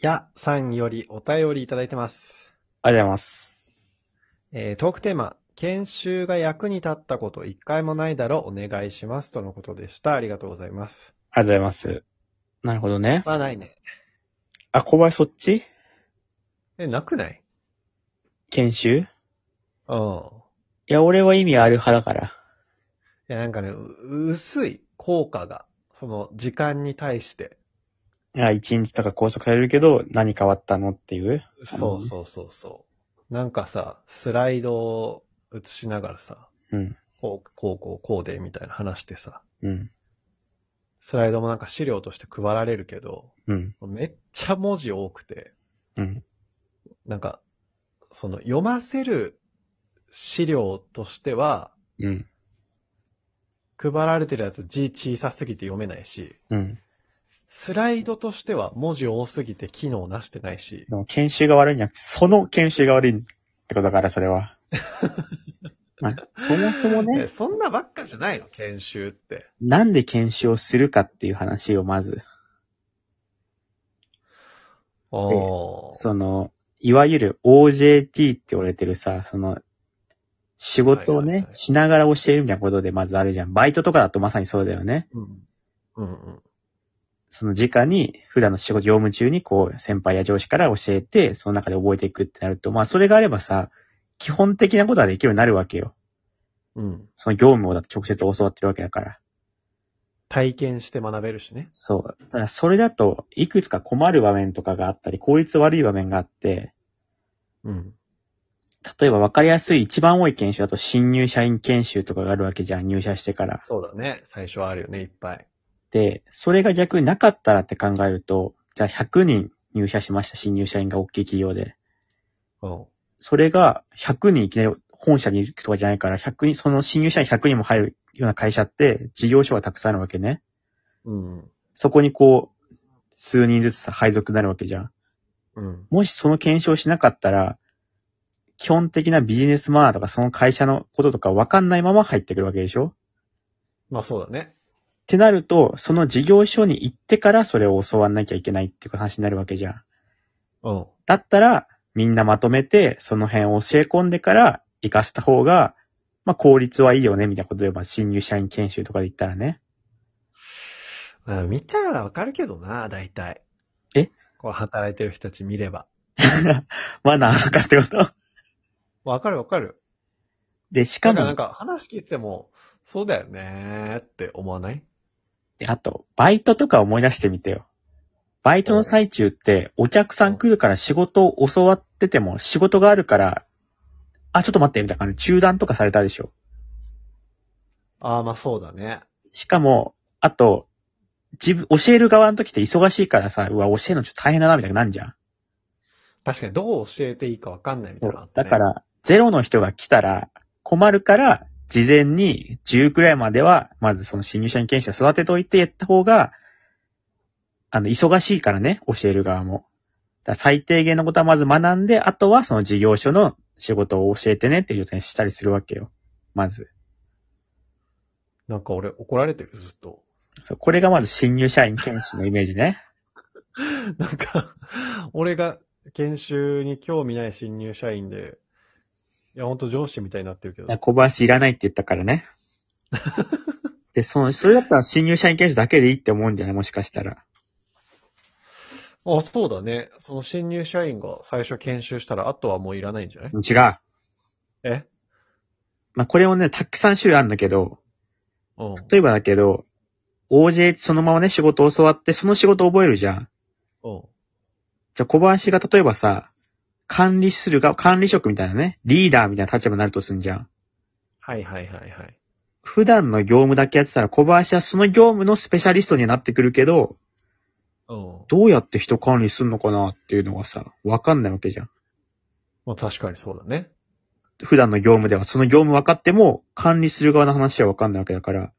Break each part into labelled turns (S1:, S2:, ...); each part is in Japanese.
S1: やさんよりお便りいただいてます。
S2: ありがとうございます。
S1: えートークテーマ、研修が役に立ったこと一回もないだろお願いしますとのことでした。ありがとうございます。
S2: ありがとうございます。なるほどね。
S1: まあないね。
S2: あ、小林そっち
S1: え、なくない
S2: 研修い
S1: うん。
S2: や、俺は意味ある派だから。
S1: いや、なんかね、う薄い効果が、その時間に対して。
S2: いや、一日とか拘束されるけど、何変わったのっていう。
S1: そうそうそうそう。なんかさ、スライドを映しながらさ、
S2: うん。
S1: こう、こう、こう、こうで、みたいな話してさ、
S2: うん。
S1: スライドもなんか資料として配られるけど、
S2: うん。
S1: めっちゃ文字多くて、
S2: うん。
S1: なんか、その読ませる資料としては、
S2: うん。
S1: 配られてるやつ字小さすぎて読めないし、
S2: うん。
S1: スライドとしては文字多すぎて機能なしてないし、
S2: でも、研修が悪いんじゃなくて、その研修が悪いってことだから、それ は。まあ、そもそも
S1: え
S2: ね、
S1: そんなばっかじゃないの、研修って。
S2: なんで研修をするかっていう話をまず、
S1: おー。
S2: その、いわゆる OJT って言われてるさ、その、仕事
S1: は
S2: をね、
S1: いはいはい
S2: しながら教えるみたいなことでまずあるじゃん。バイトとかだとまさにそうだよね。
S1: うん。うんうん。
S2: その直に、普段の仕事、業務中にこう、先輩や上司から教えて、その中で覚えていくってなると、まあそれがあればさ、基本的なことはできるようになるわけよ。
S1: うん。
S2: その業務をだって直接教わってるわけだから。
S1: 体験して学べるしね。
S2: そう。ただそれだと、いくつか困る場面とかがあったり、効率悪い場面があって、
S1: うん。
S2: 例えば分かりやすい一番多い研修だと新入社員研修とかがあるわけじゃん、入社してから。
S1: そうだね。最初はあるよね、いっぱい。
S2: で、それが逆になかったらって考えると、じゃあ100人入社しました、新入社員が大きい企業で。
S1: うん。
S2: それが100人いきなり本社に行くとかじゃないから、100人、その新入社員100人も入るような会社って、事業所がたくさんあるわけね。
S1: うん。
S2: そこにこう、数人ずつさ配属になるわけじゃん。
S1: うん。
S2: もしその検証をしなかったら、基本的なビジネスマナーとかその会社のこととか分かんないまま入ってくるわけでしょ
S1: まあそうだね。
S2: ってなると、その事業所に行ってからそれを教わんなきゃいけないっていう話になるわけじゃん。
S1: うん。
S2: だったら、みんなまとめて、その辺を教え込んでから活かした方が、まあ効率はいいよね、みたいなことで、まあ新入社員研修とかで言ったらね。
S1: まあ、見たらわかるけどな、大体。
S2: え
S1: こう働いてる人たち見れば。
S2: マナーとかってこと。
S1: わかるわかる。
S2: で、し
S1: な
S2: か
S1: んかなん
S2: も、
S1: か話聞いてても、そうだよねーって思わない
S2: であと、バイトとか思い出してみてよ。バイトの最中って、お客さん来るから仕事を教わってても、仕事があるから、あ、ちょっと待って、みたいな感じで中断とかされたでしょ。
S1: ああ、まあそうだね。
S2: しかも、あと、自分、教える側の時って忙しいからさ、うわ、教えるのちょっと大変だな、みたいになんじゃん。
S1: 確かにどう教えていいかわかんないみたいなのあった
S2: だ
S1: ね、
S2: から、ゼロの人が来たら、困るから、事前に10くらいまでは、まずその新入社員研修を育てといてやった方が、あの、忙しいからね、教える側も。だから最低限のことはまず学んで、あとはその事業所の仕事を教えてねっていう状態にしたりするわけよ。まず。
S1: なんか俺怒られてる、ずっと。
S2: そうこれがまず新入社員研修のイメージね。
S1: なんか、俺が研修に興味ない新入社員で、いやほんと上司みたいになってるけど
S2: いや。小林いらないって言ったからね。で、その、それだったら新入社員研修だけでいいって思うんじゃないもしかしたら。
S1: あ、そうだね。その新入社員が最初研修したら、あとはもういらないんじゃない
S2: 違う。ま
S1: え
S2: あ、これもね、たくさん種類あるんだけど、
S1: うん。
S2: 例えばだけど、OJ そのままね、仕事を教わって、その仕事を覚えるじゃん。
S1: うん。
S2: じゃあ小林が例えばさ、管理するが、管理職みたいなね、リーダーみたいな立場になるとすんじゃん。
S1: はいはいはいはい。
S2: 普段の業務だけやってたら小林はその業務のスペシャリストにはなってくるけど、
S1: うん。
S2: どうやって人管理すんのかなっていうのがさ、わかんないわけじゃん。
S1: まあ確かにそうだね。
S2: 普段の業務ではその業務分かっても管理する側の話は分かんないわけだから、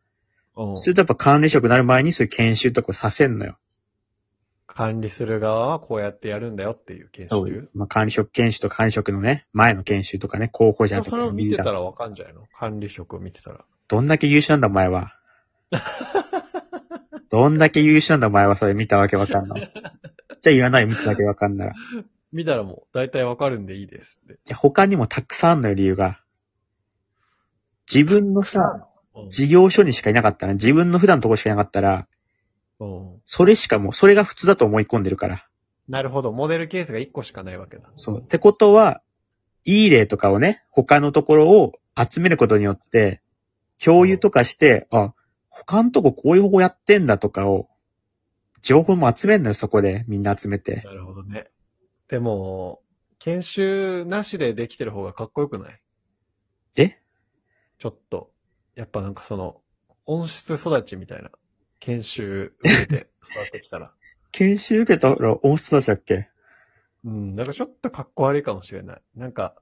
S1: うん。
S2: それとやっぱ管理職になる前にそういう研修とかさせんのよ。
S1: 管理する側はこうやってやるんだよっていう研修。
S2: まあ管理職研修と管理職のね、前の研修とかね、候補
S1: で
S2: 者
S1: も
S2: と
S1: そ
S2: か
S1: れを
S2: の
S1: 見
S2: リ
S1: て
S2: ーダ
S1: た
S2: ー。
S1: らわかんじゃないの管理職を見てたら。
S2: どんだけ優秀なんだお前 は。どんだけ優秀なんだお前はそれ見たわけわかんない。じゃあいらない見てだけわかんなら。い
S1: 見たらもう、だいたいわかるんでいいですって。
S2: や、他にもたくさんあるのよ、理由が。自分のさ、
S1: うん
S2: 事業所にしかいなかったら、自分の普段のところしかいなかったら、
S1: うん。
S2: それしかもう、それが普通だと思い込んでるから。
S1: なるほど。モデルケースが1個しかないわけだ。
S2: そう。ってことは、いい例とかをね、他のところを集めることによって、共有とかして、あ、他のとここういう方法やってんだとかを、情報も集めるのよ、そこで。みんな集めて。
S1: なるほどね。でも、研修なしでできてる方がかっこよくない
S2: え
S1: ちょっと。やっぱなんかその、音質育ちみたいな。研修受けて育ってきたら。
S2: 研修受けたら音質出したっけ
S1: うん、なんかちょっとかっこ悪いかもしれない。なんか、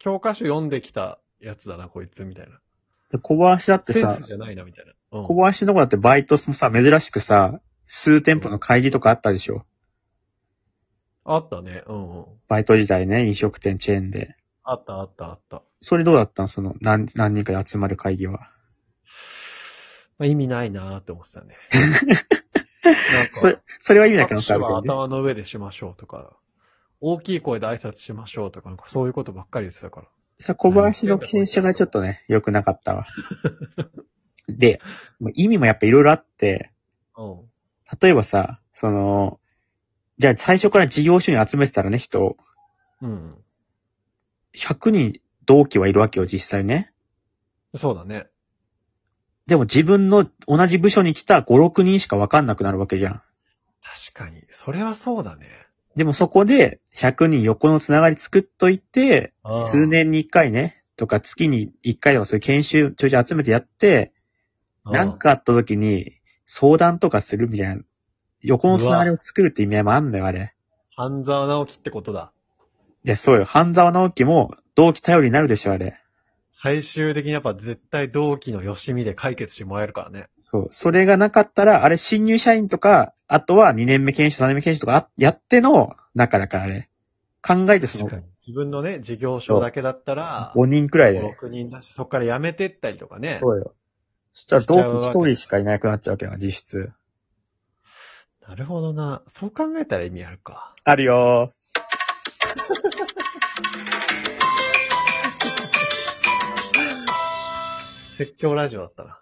S1: 教科書読んできたやつだな、こいつ、みたいな。
S2: で小林だって
S1: セン
S2: さ
S1: ス、じゃないな、みたいな。うん
S2: 小林の子だってバイトもさ、珍しくさ、数店舗の会議とかあったでしょ
S1: あったね。うんうん。
S2: バイト時代ね、飲食店チェーンで。
S1: あったあったあった。
S2: それどうだったのその、何、何人かで集まる会議は。
S1: まあ、意味ないなーって思ってた ね。なん
S2: それ
S1: か、、
S2: それは意味ないけど
S1: 拍手
S2: さ、みたい
S1: は
S2: なね
S1: 頭の上でしましょうとか、大きい声で挨拶しましょうとか、なんかそういうことばっかり言ってたから。
S2: さ、小林の傾斜がちょっとね、良くなか ったわ。で、もう意味もやっぱいろいろあって、
S1: うん。
S2: 例えばさ、その、じゃあ最初から事業所に集めてたらね、人を、
S1: うん。
S2: 100人同期はいるわけよ、実際ね。
S1: そうだね。
S2: でも自分の同じ部署に来た5、6人しかわかんなくなるわけじゃん。
S1: 確かに。それはそうだね。
S2: でもそこで100人横のつながり作っといて
S1: あー、
S2: 数年に1回ね、とか月に1回はそういう研修ちょいちょい集めてやって、なんかあった時に、相談とかするみたいな、横のつながりを作るって意味合いもあんのよ、あれ。
S1: 半沢直樹ってことだ。
S2: いや、そうよ。半沢直樹も、同期頼りになるでしょ、あれ。
S1: 最終的にやっぱ絶対同期のよしみで解決してもらえるからね。
S2: そう。それがなかったら、あれ、新入社員とか、あとは2年目研修、3年目研修とかあやっての中だから、あれ。考えてその、
S1: に。自分のね、事業所だけだったら、
S2: 5人くらい
S1: 5、
S2: で。
S1: 6人だし、そこから辞めてったりとかね。
S2: そうよ。そしたら
S1: しちゃう
S2: 同
S1: わ
S2: 期
S1: け
S2: 1人しかいなくなっちゃうわけよ、実質。
S1: なるほどな。そう考えたら意味あるか。
S2: あるよ
S1: 説教ラジオだったな。